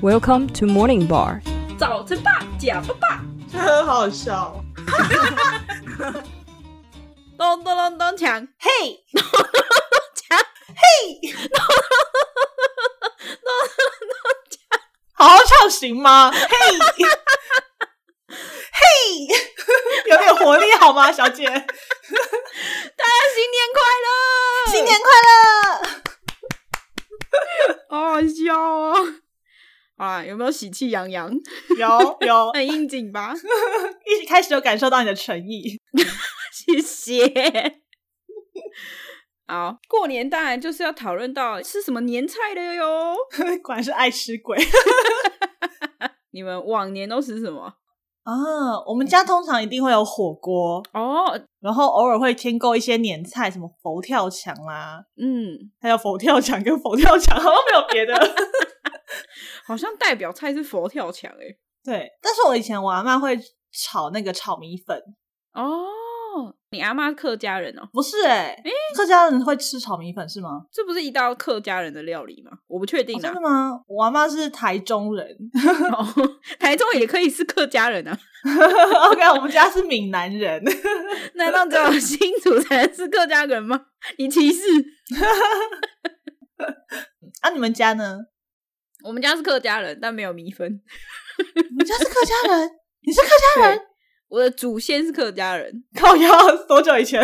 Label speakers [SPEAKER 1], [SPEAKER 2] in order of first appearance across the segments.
[SPEAKER 1] Welcome to Morning Bar。
[SPEAKER 2] 早晨吧，假爸爸。
[SPEAKER 3] 很好笑。
[SPEAKER 2] 咚咚咚咚锵，嘿，咚咚咚锵，嘿，
[SPEAKER 3] 好好笑行吗？嘿，嘿， 有点活力好吗，小 姐？
[SPEAKER 2] 大家新年快乐！
[SPEAKER 3] 快乐！
[SPEAKER 2] 好好笑哦。啊，有没有喜气洋 洋？
[SPEAKER 3] 有有，
[SPEAKER 2] 很应景吧？
[SPEAKER 3] 一开始就感受到你的诚意。
[SPEAKER 2] 谢谢。好，过年当然就是要讨论到吃什么年菜的哟。
[SPEAKER 3] 果然是爱吃鬼
[SPEAKER 2] 你们往年都吃什么？
[SPEAKER 3] 啊！我们家通常一定会有火锅，
[SPEAKER 2] 哦，
[SPEAKER 3] 然后偶尔会添购一些年菜，什么佛跳墙啦、
[SPEAKER 2] 嗯，
[SPEAKER 3] 还有佛跳墙跟佛跳墙，好像没有别的。
[SPEAKER 2] 好像代表菜是佛跳墙欸诶、
[SPEAKER 3] 对，但是我以前我阿妈会炒那个炒米粉，
[SPEAKER 2] 哦，你阿妈客家人哦，
[SPEAKER 3] 不是哎、客家人会吃炒米粉是吗？
[SPEAKER 2] 这不是一道客家人的料理吗？我不确定
[SPEAKER 3] 哦
[SPEAKER 2] 啊
[SPEAKER 3] 真的。吗？我阿妈是台中人
[SPEAKER 2] 哦，台中也可以是客家人啊，
[SPEAKER 3] ，OK，我们家是闽南人，
[SPEAKER 2] 难道只有新竹才是客家人吗？你歧视？
[SPEAKER 3] 啊，你们家呢？
[SPEAKER 2] 我们家是客家人，但没有米粉。
[SPEAKER 3] 你们家是客家人？你是客家
[SPEAKER 2] 对，我的祖先是客家人，
[SPEAKER 3] 靠腰多久以 前？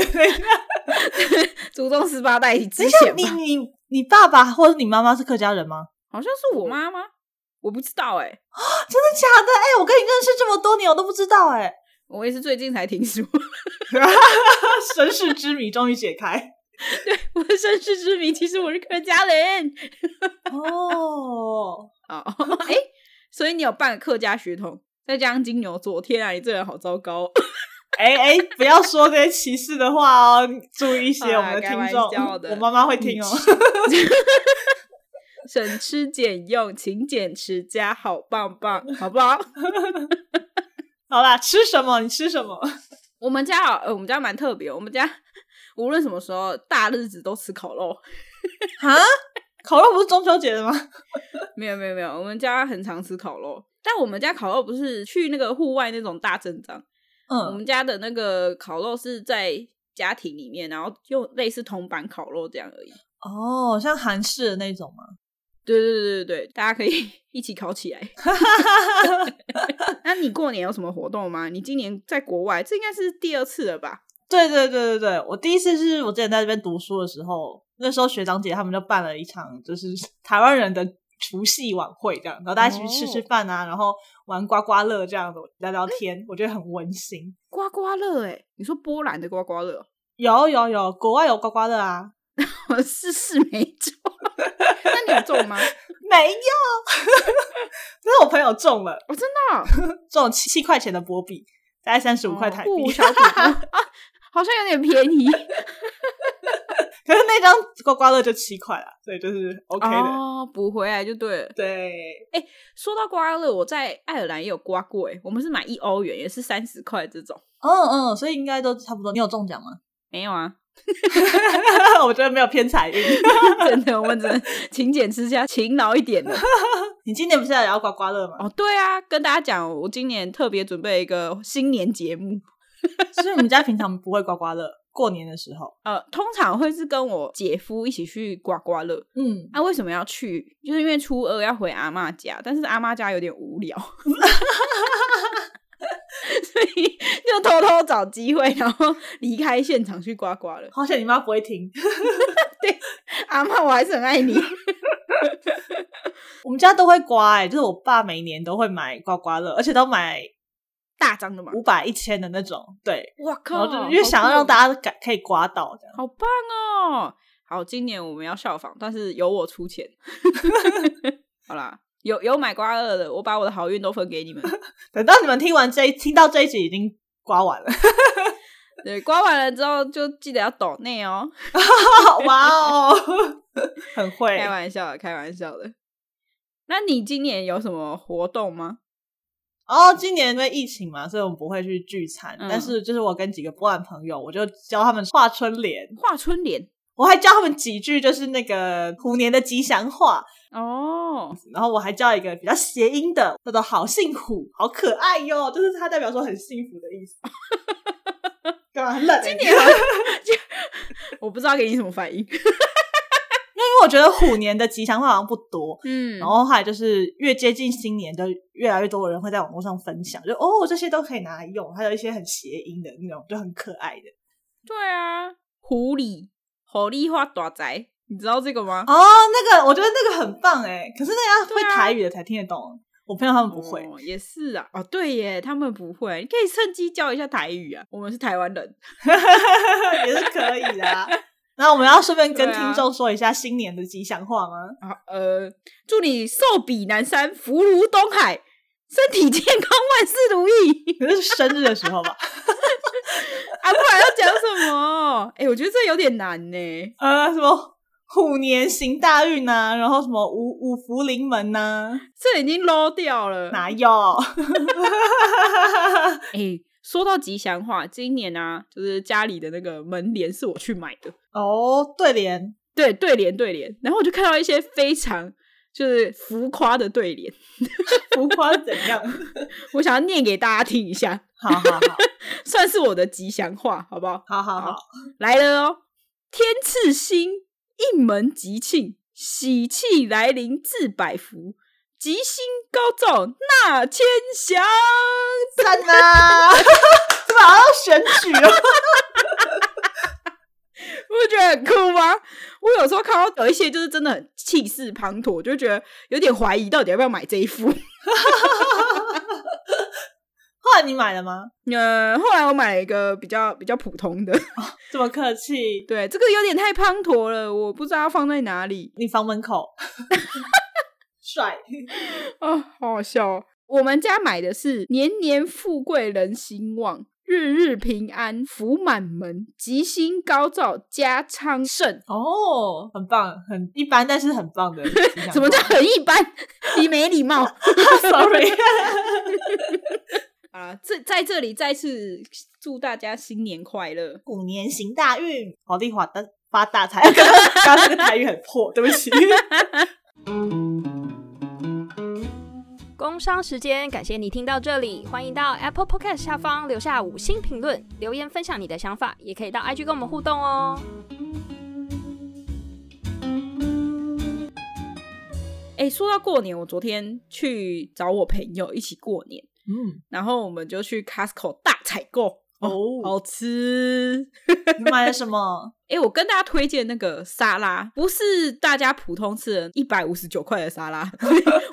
[SPEAKER 2] 祖宗十八代之
[SPEAKER 3] 等一下，
[SPEAKER 2] 前
[SPEAKER 3] 你
[SPEAKER 2] 吧，
[SPEAKER 3] 你你爸爸或者你妈妈是客家人吗？
[SPEAKER 2] 好像是我妈吗？我不知道哎、
[SPEAKER 3] 真的假的？哎、我跟你认识这么多年，我都不知道哎、
[SPEAKER 2] 我也是最近才听说，
[SPEAKER 3] 身世之谜终于解开
[SPEAKER 2] 我的身世之谜其实我是客家人
[SPEAKER 3] 哦。
[SPEAKER 2] 哦， 哎、所以你有半个客家血统，再加上金牛座，天啊，你这人好糟糕哦！
[SPEAKER 3] 哎哎，不要说这些歧视的话哦，注意一些我
[SPEAKER 2] 啊
[SPEAKER 3] 们的
[SPEAKER 2] 开
[SPEAKER 3] 听
[SPEAKER 2] 玩
[SPEAKER 3] 众
[SPEAKER 2] 笑。的
[SPEAKER 3] 我妈妈会听哦。
[SPEAKER 2] 省吃俭用，勤俭持家，好棒棒，好不好？
[SPEAKER 3] 好啦，吃什么？你吃什么？
[SPEAKER 2] 我们家哦呃，我们家蛮特别，我们家 无论什么时候大日子都吃烤肉，
[SPEAKER 3] 啊？烤肉不是中秋节的吗？
[SPEAKER 2] 没有没有没有，我们家很常吃烤肉，但我们家烤肉不是去那个户外那种大阵仗，我
[SPEAKER 3] 嗯，
[SPEAKER 2] 们家的那个烤肉是在家庭里面，然后用类似铜板烤肉这样而已。
[SPEAKER 3] 哦，像韩式的那种吗？
[SPEAKER 2] 对对对对对，大家可以 一起烤起来。那你过年有什么活动吗？你今年在国外，这应该是第二次了吧？
[SPEAKER 3] 对对对对对，我第一次是我之前在这边读书的时候，那时候学长姐他们就办了一场就是 台湾人的除夕晚会这样，然后大家一起去吃吃
[SPEAKER 2] 哦
[SPEAKER 3] 饭啊，然后玩刮刮乐这样子聊聊天，我觉得很温馨。
[SPEAKER 2] 刮刮乐、欸，你说波兰的刮刮乐哦，
[SPEAKER 3] 有有有，国外有刮刮乐啊？
[SPEAKER 2] 我是是没中，那你有中吗？
[SPEAKER 3] 没有， 那我朋友中了，
[SPEAKER 2] 我真的哦
[SPEAKER 3] 中了七七块钱的波比，大概三十五块台币。
[SPEAKER 2] 哦不小赌博啊， 好像有点便宜。
[SPEAKER 3] 可是那张刮刮乐就七块啦，所以就是 OK 的。
[SPEAKER 2] 哦，补回来就对了。
[SPEAKER 3] 对，
[SPEAKER 2] 说到刮刮乐，我在爱尔兰也有刮过、欸，我们是买一欧元，也是三十块这种。
[SPEAKER 3] 嗯嗯，所以应该都差不多。你有中奖吗？
[SPEAKER 2] 没有啊，
[SPEAKER 3] 我觉得没有偏财运。
[SPEAKER 2] 真的，我们只能勤俭持家，勤劳一点的。
[SPEAKER 3] 你今年不是也要刮刮乐吗？
[SPEAKER 2] 哦，对啊，跟大家讲，我今年特别准备一个新年节目，
[SPEAKER 3] 所以我们家平常不会刮刮乐，过年的时候，
[SPEAKER 2] 呃，通常会是跟我姐夫一起去刮刮乐。
[SPEAKER 3] 嗯，
[SPEAKER 2] 啊，为什么要去？就是因为初二要回阿嬷家，但是阿嬷家有点无聊， 所以就偷偷找机会，然后离开现场去刮刮了。
[SPEAKER 3] 好险你妈不会听。
[SPEAKER 2] 阿嬷，我还是很爱你。
[SPEAKER 3] 我们家都会刮、欸，就是我爸每年都会买刮刮乐，而且都买
[SPEAKER 2] 大张的 嘛，
[SPEAKER 3] 五百、一千的那种，对，
[SPEAKER 2] 哇
[SPEAKER 3] 然
[SPEAKER 2] 靠！
[SPEAKER 3] 后就是因为想要让大家感可以刮到这样。
[SPEAKER 2] 好棒哦。好，今年我们要效仿，但是由我出钱。 好啦，有有买刮二的，我把我的好运都分给你们。
[SPEAKER 3] 等到你们听完这一听到这一集已经刮完了，
[SPEAKER 2] 对，刮完了之后就记得要抖内哦。
[SPEAKER 3] 哇哦， 很 会
[SPEAKER 2] 开。玩笑的，开玩笑的。那你今年有什么活动吗？
[SPEAKER 3] 哦，今年因为疫情嘛，所以我们不会去聚餐，
[SPEAKER 2] 嗯
[SPEAKER 3] 但是就是我跟几个波兰朋友，我就教他们画春联，
[SPEAKER 2] 画春联
[SPEAKER 3] 我还教他们几句就是那个虎年的吉祥话，
[SPEAKER 2] 哦，
[SPEAKER 3] 然后我还教一个比较谐音的，叫做“好幸福，好可爱哟”，就是它代表说很幸福的意思。 干嘛很冷欸、
[SPEAKER 2] 今年好像 我不知道给你什么反应。
[SPEAKER 3] 因为我觉得虎年的吉祥话好像不多，
[SPEAKER 2] 嗯
[SPEAKER 3] 然后后来就是越接近新年，就越来越多人会在网络上分享，就哦这些都可以拿来用，还有一些很谐音的那种，就很可爱的。
[SPEAKER 2] 对啊，狐狸，狐狸画大宅，你知道这个吗？
[SPEAKER 3] 哦，那个我觉得那个很棒哎，可是那个要
[SPEAKER 2] 对
[SPEAKER 3] 会
[SPEAKER 2] 啊
[SPEAKER 3] 台语的才听得懂，我朋友他们不会。
[SPEAKER 2] 哦也是啊，哦，对耶，他们不会，你可以趁机教一下台语啊。我们是台湾人，
[SPEAKER 3] 也是可以的啊。然后我们要顺便跟
[SPEAKER 2] 对啊
[SPEAKER 3] 听众说一下新年的吉祥话吗？
[SPEAKER 2] 啊，呃，祝你寿比南山，福如东海，身体健康，万事如意
[SPEAKER 3] 可是生日的时候吧，
[SPEAKER 2] 啊！不然要讲什么？哎、我觉得这有点难呢。
[SPEAKER 3] 呃，什么虎年行大运呐、然后什么五五福临门呐、
[SPEAKER 2] 这已经 low 掉了。
[SPEAKER 3] 哪有？
[SPEAKER 2] 哎、说到吉祥话，今年啊，就是家里的那个门帘是我去买的，
[SPEAKER 3] 哦，对联，
[SPEAKER 2] 对对联对联，然后我就看到一些非常就是浮夸的对联，
[SPEAKER 3] 浮夸怎样？
[SPEAKER 2] 我想要念给大家听一下。
[SPEAKER 3] 好好
[SPEAKER 2] 算是我的吉祥话，好不好？
[SPEAKER 3] 好好好好，
[SPEAKER 2] 来了哦，天赐星，一门吉庆，喜气来临至百福，吉星高照纳千祥。
[SPEAKER 3] 赞呐、 怎么好像选举哦？
[SPEAKER 2] 我觉得很酷吗？我有时候看到有一些就是真的很气势磅礴，就觉得有点怀疑到底要不要买这一副。
[SPEAKER 3] 后来你买了吗？
[SPEAKER 2] 呃，后来我买了一个比较比较普通的，
[SPEAKER 3] 这么客气，
[SPEAKER 2] 对，这个有点太磅礴了，我不知道要放在哪里。
[SPEAKER 3] 你房门口 帅，
[SPEAKER 2] 啊，好好笑、哦！我们家买的是年年富贵人兴旺，日日平安福满门，吉星高照家昌盛。
[SPEAKER 3] 哦，很棒，很一般，但是很棒的吉 祥话。
[SPEAKER 2] 什么叫很一般？ 你没礼貌
[SPEAKER 3] ？Sorry，
[SPEAKER 2] 啊！这在这里再次祝大家新年快乐。
[SPEAKER 3] 虎年行大运，好利华灯发大财。刚 刚刚刚那个台语很破，对不 起。
[SPEAKER 1] 工商时间，感谢你听到这里，欢迎到 Apple Podcast 下方留下五星评论，留言分享你的想法，也可以到 IG 跟我们互动哦。
[SPEAKER 2] 哎，说到过年，我昨天去找我朋友一起过年，
[SPEAKER 3] 嗯，
[SPEAKER 2] 然后我们就去 Costco 大采购，
[SPEAKER 3] 哦，
[SPEAKER 2] 好吃。
[SPEAKER 3] 你买了什么？
[SPEAKER 2] 哎，我跟大家推荐那个沙拉，不是大家普通吃的一百五十九块的沙拉，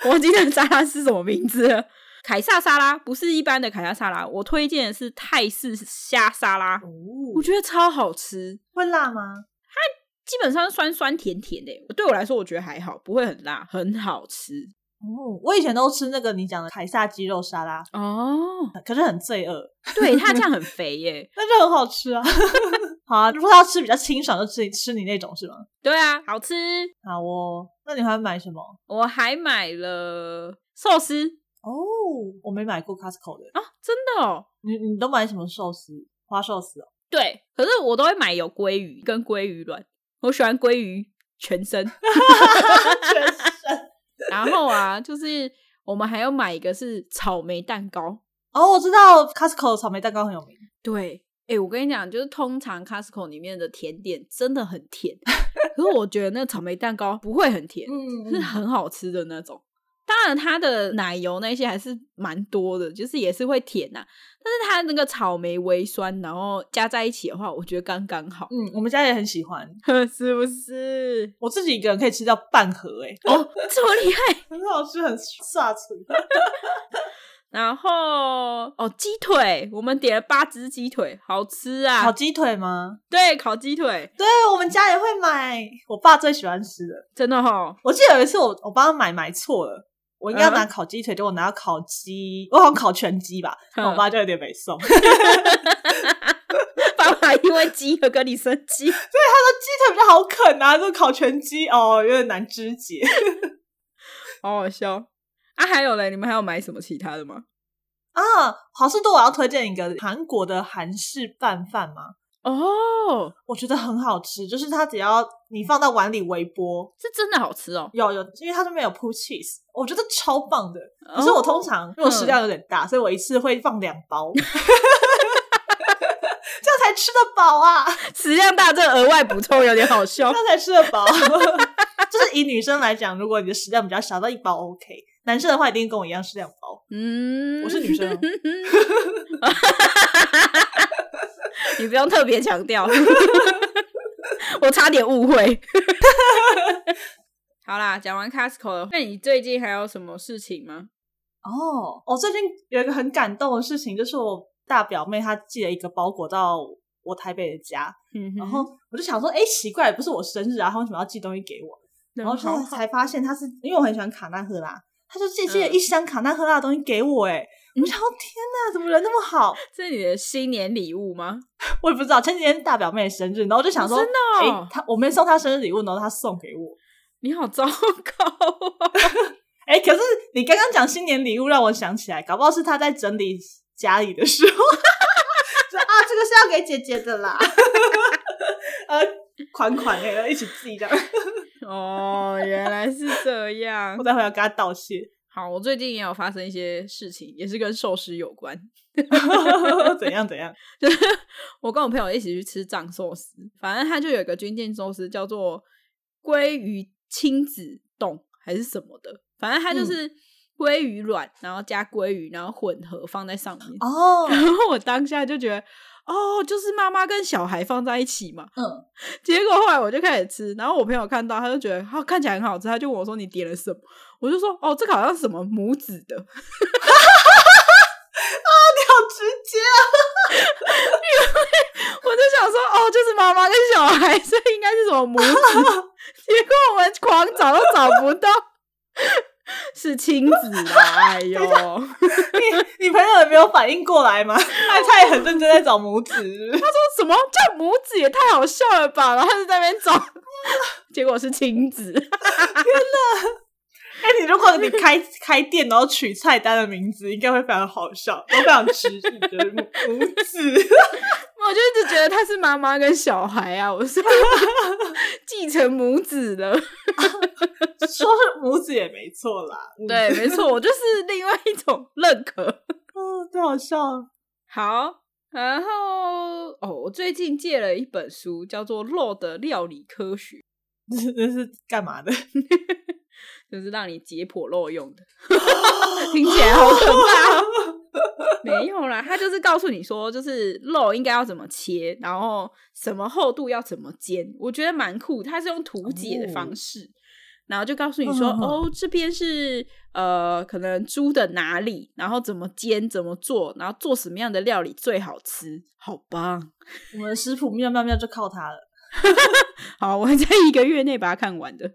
[SPEAKER 2] 我忘记那个沙拉是什么名字了。凯撒沙拉不是一般的凯撒沙拉，我推荐的是泰式虾沙拉，
[SPEAKER 3] 哦，
[SPEAKER 2] 我觉得超好吃。
[SPEAKER 3] 会辣吗？
[SPEAKER 2] 基本上酸酸甜甜的，对我来说我觉得还好，不会很辣，很好吃
[SPEAKER 3] 哦，我以前都吃那个你讲的凯撒鸡肉沙拉，
[SPEAKER 2] 哦。
[SPEAKER 3] 可是很罪恶，
[SPEAKER 2] 对，它这样很肥耶。
[SPEAKER 3] 那就很好吃啊。 好啊，如果要吃比较清爽，就吃吃你那种是吗？
[SPEAKER 2] 对啊，好吃。
[SPEAKER 3] 好哦，那你还买什么？
[SPEAKER 2] 我还买了寿司
[SPEAKER 3] 哦，我没买过 Costco 的，
[SPEAKER 2] 啊，真的哦。
[SPEAKER 3] 你你都买什么寿司？花寿司哦，
[SPEAKER 2] 对，可是我都会买有鲑鱼跟鲑鱼卵，我喜欢鲑鱼全身。
[SPEAKER 3] 全身。
[SPEAKER 2] 然后啊，就是我们还要买一个是草莓蛋糕。
[SPEAKER 3] 哦，我知道 Costco 的草莓蛋糕很有名。
[SPEAKER 2] 对，哎、我跟你讲，就是通常 Costco 里面的甜点真的很甜， 可是我觉得那草莓蛋糕不会很甜，
[SPEAKER 3] 嗯
[SPEAKER 2] 是很好吃的那种。当然，它的奶油那些还是蛮多的，就是也是会甜呐、但是它那个草莓微酸，然后加在一起的话，我觉得刚刚 好，
[SPEAKER 3] 嗯，我们家也很喜欢，
[SPEAKER 2] 是不是？
[SPEAKER 3] 我自己一个人可以吃掉半盒、欸，
[SPEAKER 2] 哦，这么厉害！
[SPEAKER 3] 很好吃，很下 嘴。
[SPEAKER 2] 然后哦，鸡腿，我们点了八只鸡腿，好吃啊！
[SPEAKER 3] 烤鸡腿吗？
[SPEAKER 2] 对，烤鸡腿
[SPEAKER 3] 对，我们家也会买，我爸最喜欢吃的。
[SPEAKER 2] 真的 哈，
[SPEAKER 3] 我记得有一次我我帮他买买错了，我应该要拿烤鸡腿，结果拿到烤鸡，我好像烤全鸡吧，
[SPEAKER 2] 嗯
[SPEAKER 3] 然后我爸就有点没送。 他说鸡
[SPEAKER 2] 爸爸因为鸡而跟你生气。
[SPEAKER 3] 腿比较好啃啊，这个烤全鸡哦有点难肢解。
[SPEAKER 2] 好好笑啊！还有嘞，你们还有买什么其他的吗？
[SPEAKER 3] 啊，好事多我要推荐一个韩国的韩式拌饭嘛，
[SPEAKER 2] 哦，
[SPEAKER 3] 我觉得很好吃，就是它只要你放到碗里微波，
[SPEAKER 2] 是真的好吃哦。
[SPEAKER 3] 有有，因为它上面有铺 cheese，我觉得超棒的。可是我通
[SPEAKER 2] 哦
[SPEAKER 3] 常、因为我食量有点大，所以我一次会放两包， 这样才吃得饱啊，
[SPEAKER 2] 哦食量大，这额外补充有点好 笑
[SPEAKER 3] 这。样才吃得饱。 就是以女生来讲，如果你的食量比较小，到一包 OK；男生的话，一定跟我一样是两包。
[SPEAKER 2] 嗯，
[SPEAKER 3] 我是女生哦，
[SPEAKER 2] 你不用特别强调， 我差点误会。 好啦，讲完 Costco 了，那你最近还有什么事情吗？
[SPEAKER 3] 哦，我最近有一个很感动的事情，就是我大表妹她寄了一个包裹到我台北的家，
[SPEAKER 2] 嗯哼
[SPEAKER 3] 然后我就想说，哎，奇怪，不是我生日啊，她为什么要寄东西给我？然后
[SPEAKER 2] 好
[SPEAKER 3] 才才发现她是因为我很喜欢卡纳赫拉，她就寄寄了
[SPEAKER 2] 嗯
[SPEAKER 3] 一箱卡纳赫拉的东西给我，哎，我想说，天哪，怎么人那么好？
[SPEAKER 2] 这是你的新年礼物吗？
[SPEAKER 3] 我也不知道，前几天大表妹生日，然后我就想说，
[SPEAKER 2] 真的哦
[SPEAKER 3] 诶她我没送她生日礼物，然后她送给我。
[SPEAKER 2] 你好糟糕啊！
[SPEAKER 3] 哎，可是你刚刚讲新年礼物，让我想起来，搞不好是他在整理家里的时候， 说啊，这个是要给姐姐的啦， 呃，款款哎、然后一起寄这样，
[SPEAKER 2] 哦，原来是这样
[SPEAKER 3] 我。待会要跟他道谢，
[SPEAKER 2] 好，我最近也有发生一些事情，也是跟寿司有关。
[SPEAKER 3] 怎样怎样，
[SPEAKER 2] 我跟我朋友一起去吃藏寿司，反正他就有一个军舰寿司叫做鲑鱼亲子冻还是什么的，反正
[SPEAKER 3] 嗯
[SPEAKER 2] 它就是鲑鱼卵，然后加鲑鱼，然后混合放在上面。
[SPEAKER 3] 哦，
[SPEAKER 2] 然后我当下就觉得，哦，就是妈妈跟小孩放在一起嘛。
[SPEAKER 3] 嗯，
[SPEAKER 2] 结果后来我就开始吃，然后我朋友看到，他就觉得他、看起来很好吃，他就问我说你点了什么？我就说哦，这个好像是什么母子的，
[SPEAKER 3] 好直接，
[SPEAKER 2] 我就想说哦，就是妈妈跟小孩， 所以应该是什么母子。结果我们狂找都找不到，是亲子啦！哎呦，说
[SPEAKER 3] 啊你你 朋友也没有反应过来吗？ 他他也很认真在找母子，是不是
[SPEAKER 2] 什么叫母子也太好笑了吧？然后他就在那边找， 结果是亲子。
[SPEAKER 3] 哎、你如果你开开店然后取菜单的名字，应该会非常好笑，都非常直译的母母子。
[SPEAKER 2] 我就一直觉得他是妈妈跟小孩啊，我是 继承母子了。
[SPEAKER 3] 说是母子也没错啦。嗯
[SPEAKER 2] 对，，没错，我就是另外一种认可。
[SPEAKER 3] 哦，太好笑 了。
[SPEAKER 2] 好，然后哦，我最近借了一本书，叫做《肉的料理科学》，
[SPEAKER 3] 这这是干嘛的？
[SPEAKER 2] 就是让你解剖肉用的， 听起来好可怕哦。没有啦，它就是告诉你说，就是肉应该要怎么切，然后什么厚度要怎么煎，我觉得蛮酷。它是用图解的方式，然后就告诉你说，
[SPEAKER 3] 嗯嗯
[SPEAKER 2] 哦，这边是呃，可能猪的哪里，然后怎么煎，怎么做，然后做什么样的料理最好吃，好棒！
[SPEAKER 3] 我们的食谱妙妙妙就靠它了。
[SPEAKER 2] 好，我还在一个月内把它看完的。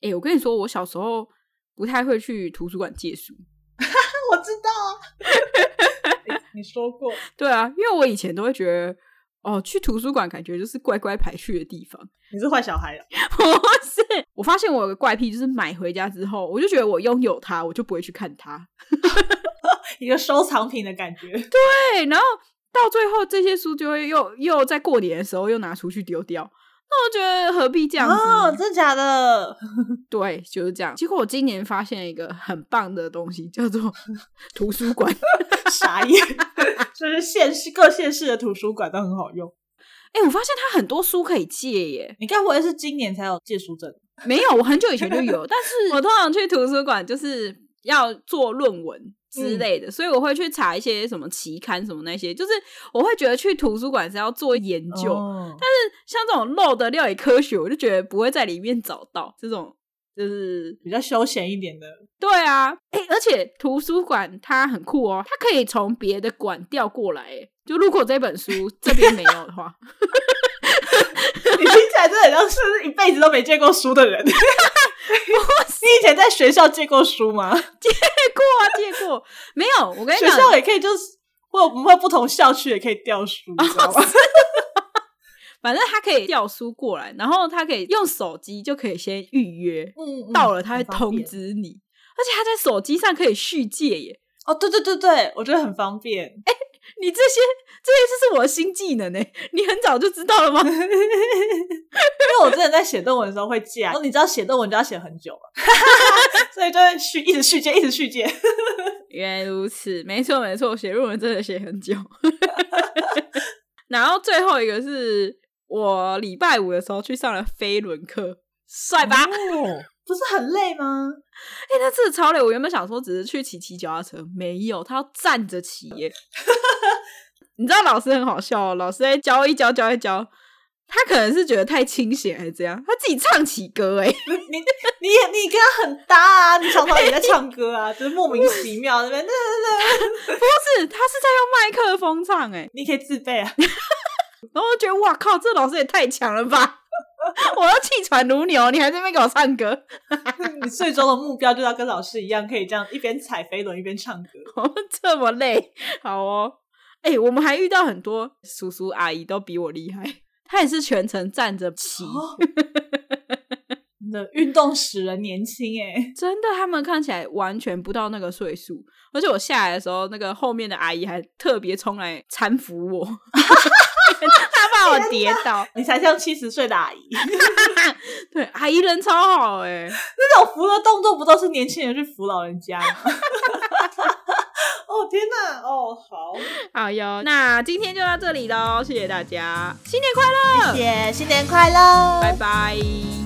[SPEAKER 2] 诶、我跟你说，我小时候不太会去图书馆借书，
[SPEAKER 3] 我知道啊，你你说过，
[SPEAKER 2] 对啊，因为我以前都会觉得，哦，去图书馆感觉就是乖乖排序的地方。
[SPEAKER 3] 你是坏小孩啊。
[SPEAKER 2] 不是，我发现我有个怪癖，就是买回家之后，我就觉得我拥有它，我就不会去看它。
[SPEAKER 3] 一个收藏品的感觉。
[SPEAKER 2] 对，然后到最后这些书就会又又在过年的时候又拿出去丢掉。那我觉得何必这样子呢？
[SPEAKER 3] 哦，真的假的？
[SPEAKER 2] 对，就是这样。结果我今年发现一个很棒的东西，叫做 图书馆。
[SPEAKER 3] 傻 眼，就是县市各县市的图书馆都很好用。
[SPEAKER 2] 哎、我发现它很多书可以借耶。
[SPEAKER 3] 你该不会是今年才有借书证？
[SPEAKER 2] 没有，我很久以前就 有，但是我通常去图书馆就是要做论文之类的，所以我会去查一些什么期刊什么那些，就是我会觉得去图书馆是要做研究，
[SPEAKER 3] 哦
[SPEAKER 2] 像这种漏的料理科学，我就觉得不会在里面找到这种，就是
[SPEAKER 3] 比较休闲一点的。
[SPEAKER 2] 对啊，哎、而且图书馆它很酷哦，它可以从别的馆调过来，哎，就如果这本书这边没有的 话，
[SPEAKER 3] 你听起来真的很像是不是一辈子都没借过书的 人。你以前在学校借过书吗？
[SPEAKER 2] 借过啊，借过， 没有，我跟你
[SPEAKER 3] 学
[SPEAKER 2] 讲，
[SPEAKER 3] 校也可以，就是或我们会不同校区也可以调书，你知道 吗？
[SPEAKER 2] 反正它可以调书过来，然后它可以用手机就可以先预约，
[SPEAKER 3] 嗯
[SPEAKER 2] 到了它会通。
[SPEAKER 3] 很方便
[SPEAKER 2] 知你，而且它在手机上可以续借耶。
[SPEAKER 3] 哦，对对对对，我觉得很方便。
[SPEAKER 2] 你这些这些就是我的新技能呢、你很早就知道了吗？
[SPEAKER 3] 因为我之前在写论文的时候会借啊，然后你知道写论文就要写很久嘛， 所以就会续一直续借，一直续借。
[SPEAKER 2] 原来如此，没错没错，写论文真的写很久。 然后最后一个是我礼拜五的时候去上了飞轮课，帅吧？哎、
[SPEAKER 3] 哦，不是很累吗？
[SPEAKER 2] 欸那真的超累。我原本想说只是去骑骑脚踏车，没有，他要站着骑耶。 你知道老师很好笑、哦，老师在教一教教一教，他可能是觉得太清闲还是怎样，他自己唱起歌哎。
[SPEAKER 3] 你你也你跟他很搭啊，你常常也在唱歌啊，就是莫名其妙那边，那
[SPEAKER 2] 不是，他是在用麦克风唱哎。
[SPEAKER 3] 你可以自备啊。
[SPEAKER 2] 然后我觉得哇靠，这老师也太强了吧！ 我要气喘如牛，你还在那边给我唱歌，
[SPEAKER 3] 你最终的目标就是要跟老师一样，可以这样一边踩飞轮一边唱歌。
[SPEAKER 2] 我们这么累，好哦。哎、我们还遇到很多叔叔阿姨都比我厉害，他也是全程站着骑，
[SPEAKER 3] 哦， 真的运动使人年轻哎，
[SPEAKER 2] 真的，他们看起来完全不到那个岁数。而且我下来的时候，那个后面的阿姨还特别冲来搀扶我， 她怕我跌倒。
[SPEAKER 3] 你才像七十岁的阿姨，
[SPEAKER 2] 对，阿姨人超好哎、
[SPEAKER 3] 那种扶的动作不都是年轻人去扶老人家吗？ 哦天哪，哦好，
[SPEAKER 2] 好哟，那今天就到这里喽，谢谢大家，新年快乐，
[SPEAKER 3] 姐新年快乐，
[SPEAKER 2] 拜拜。